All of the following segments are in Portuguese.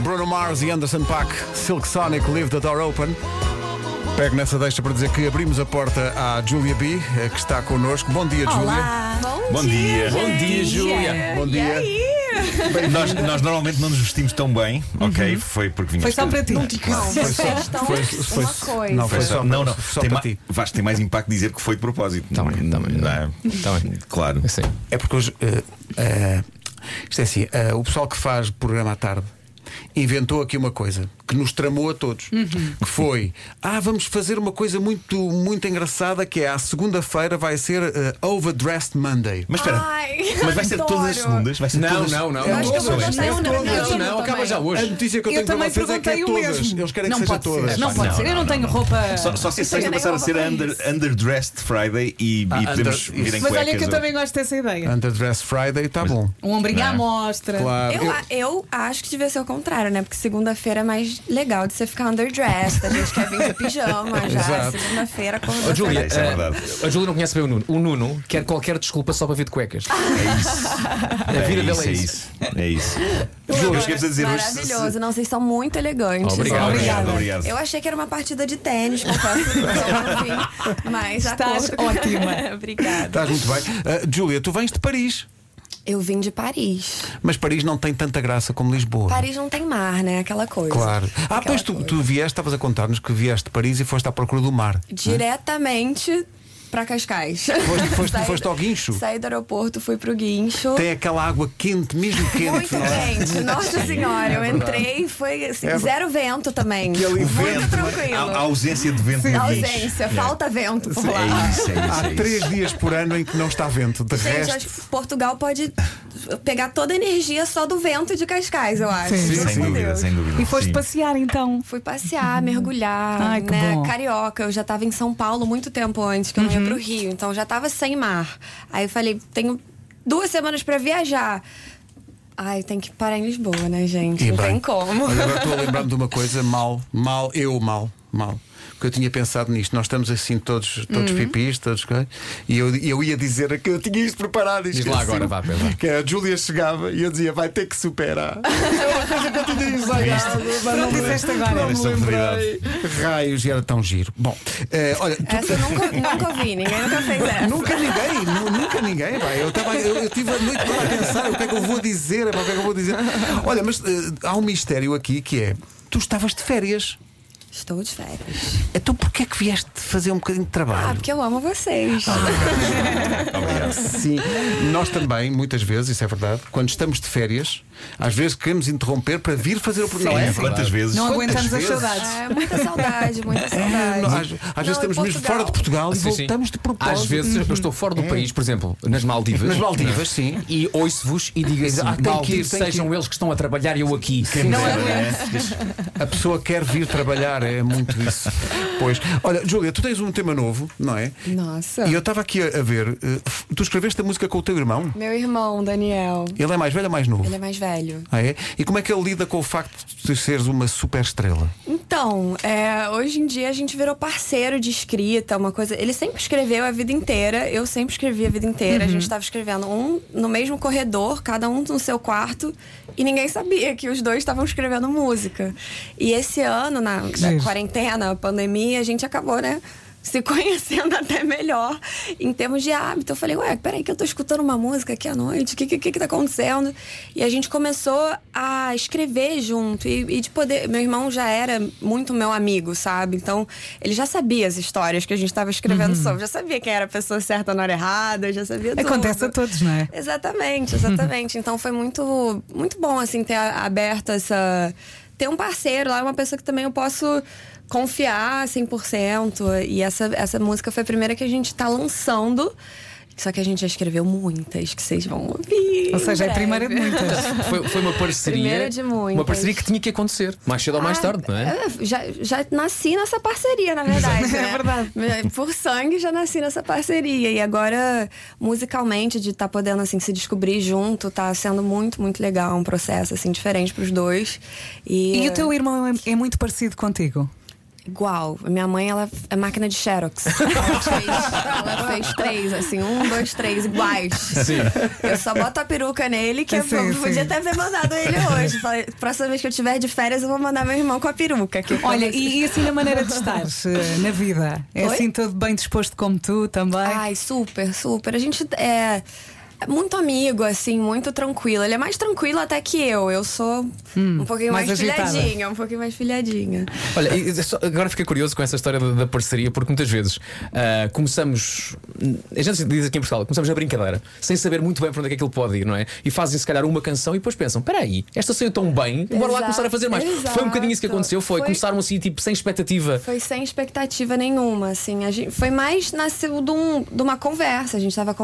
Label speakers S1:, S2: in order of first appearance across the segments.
S1: Bruno Mars e Anderson Paak, Silk Sonic, Leave the Door Open. Pego nessa deixa para dizer que abrimos a porta à Julia B, eh, que está connosco. Bom dia, Julia.
S2: Olá.
S3: Bom dia.
S2: Bom dia,
S1: Júlia. Bom dia.
S3: Nós, nós normalmente não nos vestimos tão bem, ok? Foi porque vinhas
S4: Foi só
S3: tu.
S4: para ti.
S1: Foi só, foi, foi, não, foi só,
S3: não,
S1: para-
S3: não.
S1: só
S3: tem
S1: para
S3: ma-
S1: ti.
S3: Vasco, tem mais impacto dizer que foi de propósito.
S5: Tá bem, tá bem.
S3: Não é?
S5: Tá bem.
S3: Claro.
S5: Assim.
S1: É porque hoje. eh, eh, isto é assim, eh, o pessoal que faz programa à tarde inventou aqui uma coisa que nos tramou a todos.
S4: Uhum.
S1: Que foi: ah, vamos fazer uma coisa muito, muito engraçada que é à segunda-feira vai ser eh, Overdressed Monday.
S3: Mas espera.
S2: Ai,
S3: mas vai ser todas as
S2: adoro.
S3: segundas? Vai ser
S6: Não,
S3: todas...
S6: não, não.
S1: Eu acho que
S6: não,
S2: todas,
S6: não,
S2: não, não, não,
S6: não,
S2: não,
S6: acaba
S2: um também.
S6: já
S1: A
S6: hoje.
S1: notícia que eu,
S4: Eu
S1: tenho para
S4: também
S1: vocês é que é
S4: perguntei o
S1: todas.
S4: mesmo.
S1: Eles querem
S4: não
S1: que seja
S4: pode
S1: todas.
S4: ser. Não pode ser. Eu não tenho roupa.
S3: Só, só se a sexta
S2: tenho
S3: passar a ser
S2: roupa para
S3: under,
S2: isso.
S3: underdressed Friday e, e
S1: Ah,
S3: podemos
S1: under-
S3: vir em
S4: Mas
S3: cuecas. é?
S4: olha que eu
S3: ou-
S4: também gosto dessa ideia.
S1: Underdress Friday, está bom.
S4: Um ombrinho à
S3: Não.
S4: mostra.
S1: Ah, Claro.
S2: Eu,
S1: Eu-
S2: a- eu acho que devia ser o contrário, né? Porque segunda-feira é mais legal de você ficar underdressed. A gente quer vir de pijama já.
S1: Exato.
S2: Segunda-feira,
S5: Ó,
S2: acordou.
S5: Júlia,
S3: É, isso é
S5: eh,
S3: verdade.
S5: a Júlia não conhece bem o Nuno. O Nuno quer qualquer desculpa só para vir de cuecas.
S1: É
S5: A vida dela é
S3: é
S5: isso.
S3: isso. É isso. Eu esqueci de dizer hoje. se- se-
S2: Maravilhoso. Não, vocês são muito elegantes.
S5: Obrigado,
S3: Obrigado,
S2: Obrigada.
S3: obrigado.
S2: Eu achei que era uma partida de tênis, confesso. Então, enfim, mas
S4: Estás
S2: acordo com-
S4: ótima.
S2: Obrigada.
S1: Estás muito bem. Ah, Júlia, tu vens de Paris,
S2: Eu vim de Paris.
S1: mas Paris não tem tanta graça como Lisboa.
S2: Paris não tem mar, né? Aquela coisa.
S1: Claro. Ah,
S2: Aquela
S1: pois tu,
S2: coisa.
S1: tu vieste, estavas a contar-nos que vieste de Paris e foste à procura do mar.
S2: Diretamente pra Cascais.
S1: Foste- foste-
S2: Saí-
S1: foste ao guincho?
S2: Saí do aeroporto, fui pro guincho.
S1: Tem aquela água quente, mesmo quente.
S2: Muito
S1: não é?
S2: quente, nossa senhora. Eu entrei, foi assim, zero vento também.
S3: o
S2: Muito
S1: né?
S3: vento, é?
S2: tranquilo.
S3: a, a ausência de vento
S2: A
S3: no bicho.
S2: ausência, falta vento por
S3: É
S2: lá.
S3: isso, é isso.
S1: Há
S3: é
S1: três
S3: isso.
S1: dias por ano em que não está vento. De
S2: Gente, eu
S1: resto.
S2: acho que Portugal pode pegar toda a energia só do vento de Cascais, eu acho.
S4: Sim.
S2: Juro
S3: Sem
S2: por
S3: dúvida,
S2: Deus.
S3: sem dúvida.
S4: E foste
S3: Sim.
S4: passear então.
S2: Fui
S1: Uhum.
S2: passear, mergulhar,
S4: Ai, que
S2: né?
S4: bom.
S2: Carioca, eu já tava em São Paulo muito tempo antes, que eu não ia pro
S1: Uhum.
S2: Rio, então já tava sem mar. Aí eu falei, tenho duas semanas pra viajar. Ai, tem que parar em Lisboa, né, gente?
S1: E
S2: não
S1: bem.
S2: tem como.
S1: Olha, agora estou a lembrar-me de uma coisa mal, mal, eu mal, mal. Porque eu tinha pensado nisto. Nós estamos assim todos, todos pipis, todos. coisa, E eu, e eu ia dizer que eu tinha isto preparado. e
S5: Diz lá
S1: esqueci-me.
S5: agora, vá, Pedro.
S1: Que a Júlia chegava e eu dizia, vai ter que superar. É uma coisa que eu tinha ensaiado. mas não
S4: Pronto,
S1: me
S4: disseste
S1: lembro-
S4: agora.
S1: não me
S3: Esta oportunidade.
S1: lembrei. Raios, e era tão giro. Bom, eh, olha, tu-
S2: Essa eu nunca, nunca ouvi, ninguém nunca fez essa.
S1: Nunca ninguém, nu- nunca ninguém, vai. Eu, tava, eu, eu tive a noite toda a pensar o que é que eu vou dizer, pá, o que é que eu vou dizer. Olha, mas eh, há um mistério aqui que é: tu estavas de férias,
S2: Estou de férias.
S1: então porquê é que vieste fazer um bocadinho de
S2: Ah,
S1: trabalho?
S2: porque eu amo vocês.
S1: Ah.
S3: Obrigado.
S1: Sim, nós também, muitas vezes, isso é verdade, quando estamos de férias, às vezes queremos interromper para vir fazer o programa. Não é?
S3: Quantas vezes?
S4: Não aguentamos as
S1: vezes?
S4: saudades.
S2: É, muita saudade, muita saudade.
S1: É, Não, às, às vezes
S2: Não, em
S1: estamos mesmo fora de
S2: Portugal.
S1: Portugal e
S5: Sim, sim.
S1: voltamos de propósito. Uhum.
S5: Às vezes eu estou fora do país, por exemplo, nas Maldivas.
S1: Nas Maldivas, sim.
S5: E ouço-vos e digo assim:
S1: Ah, tem que ir,
S5: Maldivas,
S1: tem que ir."
S5: sejam eles que estão a trabalhar e eu aqui.
S1: Não é?
S3: é?
S1: A pessoa quer vir trabalhar, é muito isso. Pois. Olha, Júlia, tu tens um tema novo, não é?
S2: Nossa.
S1: E eu estava aqui a, a ver, eh, f- tu escreveste a música com o teu irmão?
S2: Meu irmão, Daniel,
S1: Ele é mais velho ou mais novo?
S2: ele é mais velho.
S1: Ah, é? E como é que ele lida com o facto de tu seres uma super estrela?
S2: Então, é, hoje em dia a gente virou parceiro de escrita, uma coisa. Ele sempre escreveu a vida inteira, eu sempre escrevi a vida inteira. A gente tava escrevendo um no mesmo corredor, cada um no seu quarto, e ninguém sabia que os dois estavam escrevendo música. E esse ano, na, na quarentena, pandemia, a gente acabou, né? Se conhecendo até melhor em termos de hábito. Eu falei, ué, peraí, que eu tô escutando uma música aqui à noite, o que, que, que que tá acontecendo? E a gente começou a escrever junto e, e de poder. Meu irmão já era muito meu amigo, sabe? Então ele já sabia as histórias que a gente tava escrevendo
S4: Uhum.
S2: sobre, já sabia quem era a pessoa certa na hora errada, já sabia tudo.
S4: Acontece a todos, não é?
S2: Exatamente, exatamente. então foi muito, muito bom assim ter a- aberto essa ter um parceiro lá, uma pessoa que também eu posso confiar 100%. E essa essa música foi a primeira que a gente tá lançando. Só que a gente já escreveu muitas que vocês vão ouvir.
S4: Ou seja,
S2: em
S4: é a primeira de
S2: breve.
S4: muitas.
S5: Foi, foi uma parceria.
S2: Primeira de muitas.
S5: uma parceria que tinha que acontecer, mais cedo ou mais
S2: Ah,
S5: tarde, não é?
S2: é, Já, já nasci nessa parceria, na verdade.
S4: É
S2: né?
S4: verdade.
S2: Por sangue já nasci nessa parceria. E agora, musicalmente, de estar podendo assim, se descobrir junto, tá sendo muito, muito legal. Um processo assim, diferente pros dois. E,
S4: E o teu irmão é- é muito parecido contigo?
S2: igual. A minha mãe, ela é máquina de Xerox. Ela fez, ela fez três, assim, um, dois, três, iguais.
S5: Sim.
S2: Eu só boto a peruca nele, que
S4: Sim,
S2: eu
S4: sim.
S2: podia até ter mandado ele hoje. Falei, próxima vez que eu tiver de férias, eu vou mandar meu irmão com a peruca. Que
S4: Olha, e, e assim na maneira de estar eh, na vida? É
S2: Oi?
S4: assim todo bem disposto como tu também?
S2: Ai, super, super. A gente é é muito amigo, assim, muito tranquilo. Ele é mais tranquilo até que eu. Eu sou um pouquinho
S4: mais
S2: mais,
S4: agitada.
S2: filhadinha, um pouquinho mais filhadinha.
S5: Olha, e só- agora fiquei curioso com essa história da, da parceria, porque muitas vezes ah, começamos. A gente diz aqui em Portugal, começamos na brincadeira, sem saber muito bem para onde é que aquilo pode ir, não é? E fazem se calhar uma canção e depois pensam: peraí, esta saiu tão bem, bora lá
S2: Exato,
S5: começar a fazer mais. Foi um bocadinho isso que
S2: exato.
S5: aconteceu, foi,
S2: Foi-
S5: começaram assim, tipo, sem expectativa.
S2: Foi sem expectativa nenhuma, assim. A gente, foi mais nasceu de, um- de uma conversa. A gente tava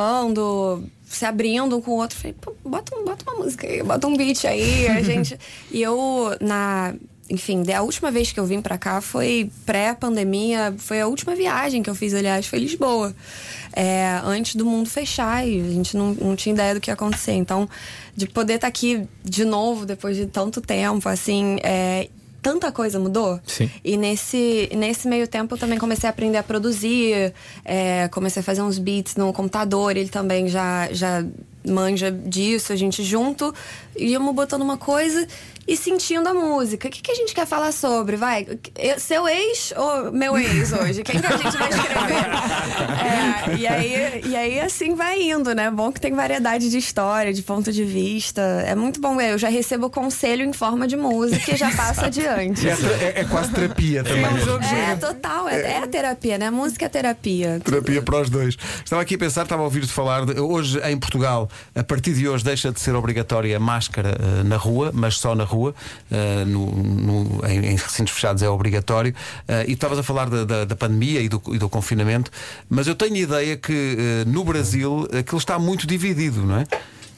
S2: conversando, se abrindo um com o outro. Falei, Pô, bota, um- bota uma música aí, bota um beat aí. A gente. e eu, na. Enfim, da última vez que eu vim pra cá foi pré-pandemia, foi a última viagem que eu fiz, aliás, foi Lisboa. É, antes do mundo fechar e a gente não, não tinha ideia do que ia acontecer. Então, de poder estar aqui de novo depois de tanto tempo, assim, é, tanta coisa mudou.
S5: Sim.
S2: E nesse, nesse meio tempo eu também comecei a aprender a produzir, é, comecei a fazer uns beats no computador, ele também já, já manja disso, a gente junto, íamos botando uma coisa e sentindo a música. O que, que a gente quer falar sobre? Vai, eu- seu ex ou meu ex hoje? Quem que a gente vai escrever? É, e, aí, e aí assim vai indo, né? Bom que tem variedade de história, de ponto de vista. É muito bom. Eu já recebo conselho em forma de música e já passo adiante.
S1: É, é- é quase terapia também.
S2: É, total, é, é a terapia, né? Música é terapia.
S1: Terapia para os dois. Estava aqui a pensar, estava a ouvir-te falar. de- hoje em Portugal, a partir de hoje, deixa de ser obrigatória a máscara eh, na rua, mas só na rua. eh, no- no- em, em recintos fechados é obrigatório. Eh, e tu estavas a falar da, da- da pandemia e do, e do confinamento, mas eu tenho a ideia que eh, no Brasil aquilo está muito dividido, não é?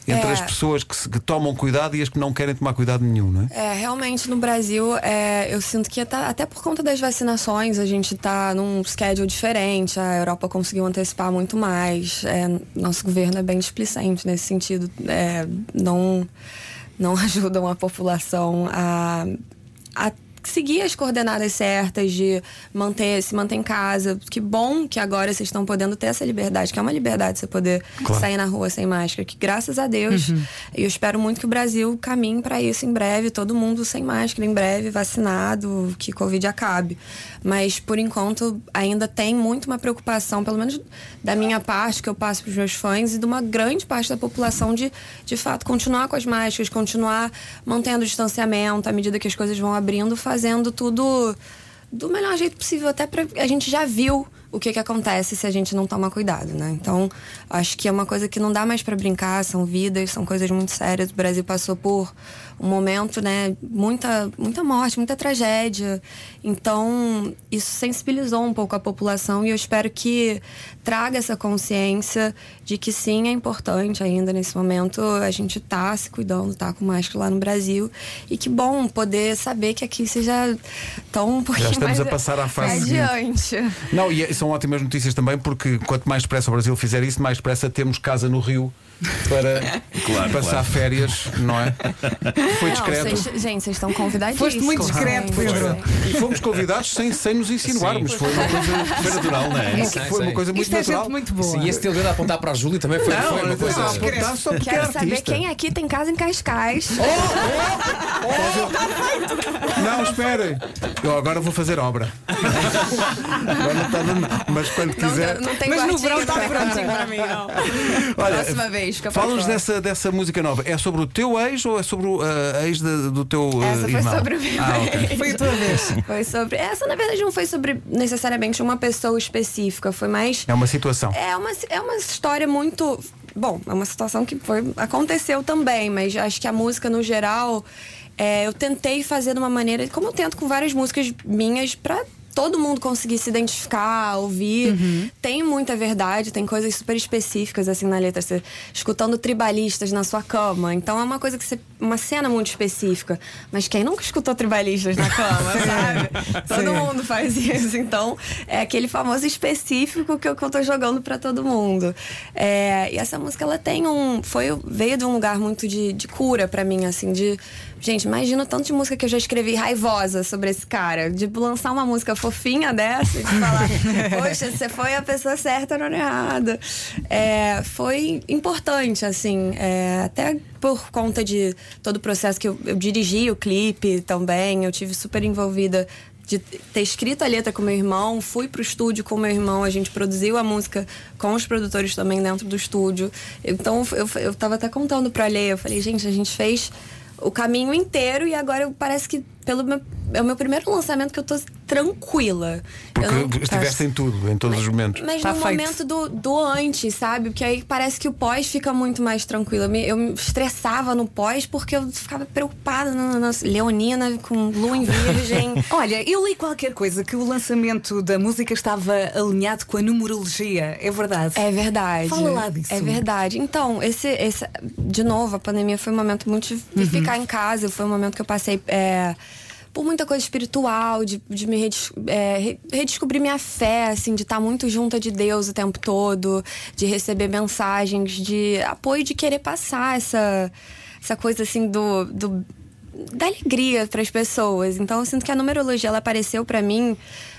S1: Entre
S2: É.
S1: as pessoas que, se- que tomam cuidado e as que não querem tomar cuidado nenhum, não é?
S2: É, realmente no Brasil, é, eu sinto que tá- até por conta das vacinações, a gente tá num schedule diferente, a Europa conseguiu antecipar muito mais. é, nosso governo é bem displicente nesse sentido. é, não, não ajudam a população a, a seguir as coordenadas certas, de manter, se manter em casa. Que bom que agora vocês estão podendo ter essa liberdade, que é uma liberdade você poder
S1: Claro.
S2: sair na rua sem máscara, que graças a Deus, eu espero muito que o Brasil caminhe para isso em breve, todo mundo sem máscara em breve, vacinado, que Covid acabe. Mas por enquanto ainda tem muito uma preocupação, pelo menos da minha parte, que eu passo para os meus fãs e de uma grande parte da população de, de fato, continuar com as máscaras, continuar mantendo o distanciamento à medida que as coisas vão abrindo, fazendo tudo do melhor jeito possível, até pra, a gente já viu o que, que acontece se a gente não tomar cuidado, né? Então, acho que é uma coisa que não dá mais para brincar, são vidas, são coisas muito sérias. O Brasil passou por um momento, né, muita muita morte, muita tragédia. Então, isso sensibilizou um pouco a população e eu espero que traga essa consciência de que sim, é importante ainda nesse momento a gente tá se cuidando, tá com máscara lá no Brasil e que bom poder saber que aqui vocês já estão um pouquinho
S1: estamos
S2: mais
S1: a passar à fase seguinte.
S2: adiante.
S1: Não, e é- são ótimas notícias também, porque quanto mais depressa o Brasil fizer isso, mais depressa temos casa no Rio para
S3: Claro,
S1: passar
S3: claro.
S1: férias, não é? Foi discreto.
S2: Não, vocês- gente, vocês estão convidadíssimos.
S4: Foste muito discreto,
S2: Gente,
S4: Pedro.
S1: é. E fomos convidados sem, sem nos insinuarmos.
S5: Sim.
S1: Foi uma coisa,
S3: Foi natural, não é?
S5: Sim,
S1: foi uma
S5: sim.
S1: coisa muito
S4: Isto é
S1: natural.
S4: gente muito boa.
S5: Sim, e esse teu dedo a apontar para a Júlia também foi,
S1: Não,
S5: foi uma
S1: não,
S5: coisa.
S1: não, apontar só porque é
S2: Quero saber
S1: artista.
S2: quem aqui tem casa em Cascais.
S1: Não, esperem. Eu agora vou fazer obra. Agora não está dando- Mas quando
S2: Não,
S1: quiser.
S2: não tem tá
S4: Mas
S2: guardinha
S4: no verão tá está
S2: pra-
S4: prontinho para mim, não.
S1: Olha,
S2: Próxima vez, fica pra
S1: Fala-nos
S2: fora.
S1: dessa, dessa música nova. É sobre o teu ex ou é sobre o ah, ex de- do teu ah,
S2: Essa foi
S1: irmão?
S2: sobre o meu
S1: Ah, ok.
S4: Foi a tua vez.
S2: Foi sobre. Essa, na verdade, não foi sobre necessariamente uma pessoa específica, foi mais.
S1: É uma situação.
S2: É uma, é uma história muito. Bom, é uma situação que foi, aconteceu também, mas acho que a música no geral, é, eu tentei fazer de uma maneira, como eu tento com várias músicas minhas, pra todo mundo conseguir se identificar, ouvir. Tem muita verdade, tem coisas super específicas assim na letra. Você escutando tribalistas na sua cama. Então é uma coisa que você. uma cena muito específica. Mas quem nunca escutou tribalistas na cama, sabe? Todo
S4: Sim.
S2: mundo faz isso. Então é aquele famoso específico que eu, que eu tô jogando pra todo mundo. É, e essa música ela tem um. Foi, veio de um lugar muito de, de cura pra mim, assim, de. Gente, imagina o tanto de música que eu já escrevi raivosa sobre esse cara. De lançar uma música fofinha dessa e de falar, poxa, você foi a pessoa certa na hora errada. É, foi importante, assim, é, até por conta de todo o processo que eu, eu dirigi o clipe também, eu tive super envolvida de ter escrito a letra com meu irmão, fui pro estúdio com meu irmão, a gente produziu a música com os produtores também dentro do estúdio. Então eu, eu tava até contando pra Leia, eu falei, gente, a gente fez o caminho inteiro e agora eu- parece que pelo meu, é o meu primeiro lançamento que eu tô tranquila.
S1: Porque
S2: eu não-
S1: estiveste em tudo, em todos os momentos.
S2: mas
S4: Tá
S2: no
S4: feito.
S2: momento do, do antes, sabe? Porque aí parece que o pós fica muito mais tranquilo. Eu me, eu me estressava no pós porque eu ficava preocupada. Na, na- Leonina com lua em virgem.
S4: Olha, eu li qualquer coisa que o lançamento da música estava alinhado com a numerologia. É verdade.
S2: É verdade.
S4: Fala lá disso.
S2: É verdade. Então, esse, esse. De novo, a pandemia foi um momento muito de
S4: Uhum.
S2: de ficar em casa, foi um momento que eu passei. é, por muita coisa espiritual, de, de me redes- é, re- redescobrir minha fé, assim, de estar muito junta de Deus o tempo todo, de receber mensagens, de apoio, de querer passar essa, essa coisa assim do- do dá alegria para as pessoas. Então eu sinto que a numerologia ela apareceu para mim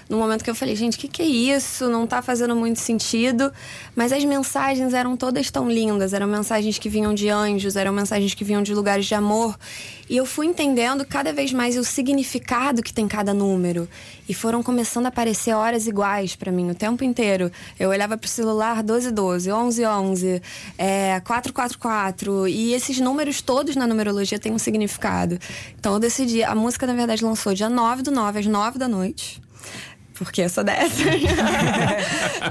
S2: no momento que eu falei, gente, o que, que é isso? Não tá fazendo muito sentido. Mas as mensagens eram todas tão lindas, eram mensagens que vinham de anjos, eram mensagens que vinham de lugares de amor. E eu fui entendendo cada vez mais o significado que tem cada número. E foram começando a aparecer horas iguais para mim o tempo inteiro. Eu olhava pro celular 1212, 1111, é, 444. E esses números todos na numerologia têm um significado. Então eu decidi. A música, na verdade, lançou dia 9 do 9 às 9 da noite. Porque eu sou dessa.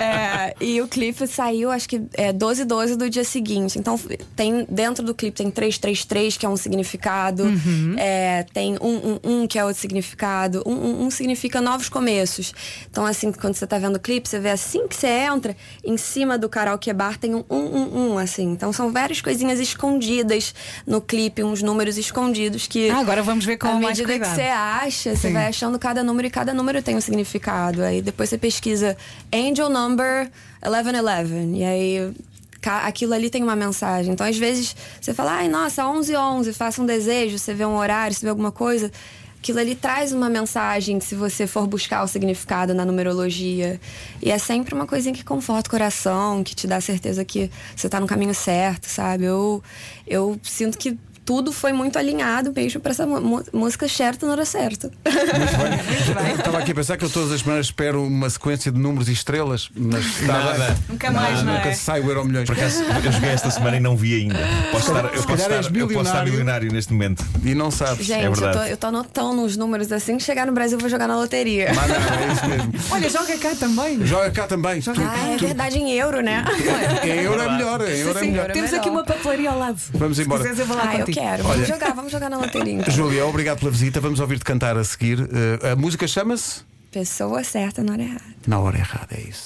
S2: É, e o clipe saiu, acho que é 12 12 do dia seguinte. Então, tem dentro do clipe tem 333, que é um significado.
S4: Uhum.
S2: É, tem 111, que é outro significado. 111 significa novos começos. Então, assim, quando você tá vendo o clipe, você vê assim que você entra, em cima do karaokê bar tem um 111, assim. Então, são várias coisinhas escondidas no clipe, uns números escondidos que...
S4: Ah, agora vamos ver com
S2: À
S4: mais
S2: medida que
S4: cuidado.
S2: você acha, você
S4: Sim.
S2: vai achando cada número e cada número tem um significado. Aí depois você pesquisa Angel Number 1111. E aí ca- aquilo ali tem uma mensagem. Então às vezes você fala, ai nossa, 1111, faça um desejo, você vê um horário, você vê alguma coisa. Aquilo ali traz uma mensagem se você for buscar o significado na numerologia. E é sempre uma coisinha que conforta o coração, que te dá certeza que você tá no caminho certo, sabe? Eu, eu sinto que tudo foi muito alinhado mesmo para essa mu- mu- música certa na hora certa.
S1: Estava aqui a pensar que eu todas as semanas espero uma sequência de números e estrelas, mas
S3: Nada.
S4: Nunca mais, não,
S1: nunca
S4: é?
S1: sai o Euro Milhões.
S3: Tá, Por acaso eu joguei esta semana e não vi ainda. Posso estar, eu,
S1: Se
S3: posso
S1: calhar és
S3: estar, eu posso estar
S1: bilionário.
S3: milionário neste momento.
S1: E não sabes.
S2: Gente, eu, tô,
S3: verdade.
S2: eu tô anotando os números assim que chegar no Brasil eu vou jogar na loteria.
S1: Mas não, é isso mesmo.
S4: Olha, joga cá também.
S1: Joga cá também. Tu-
S2: Ah, é verdade em euro, né?
S1: Em euro é melhor, em euro é
S2: Sim,
S1: melhor.
S2: euro.
S4: Temos
S2: melhor.
S4: aqui uma papelaria ao lado.
S1: Vamos embora.
S4: Se quiseres, é- eu vou lá
S2: Ah, eu
S4: contigo.
S2: quero.
S1: Olha.
S2: Vamos jogar, vamos jogar na loteria. Então.
S1: Júlia, obrigado pela visita. Vamos ouvir-te cantar a seguir. Eh, a música chama-se
S2: Pessoa certa na hora errada.
S1: Na Hora Errada, é isso.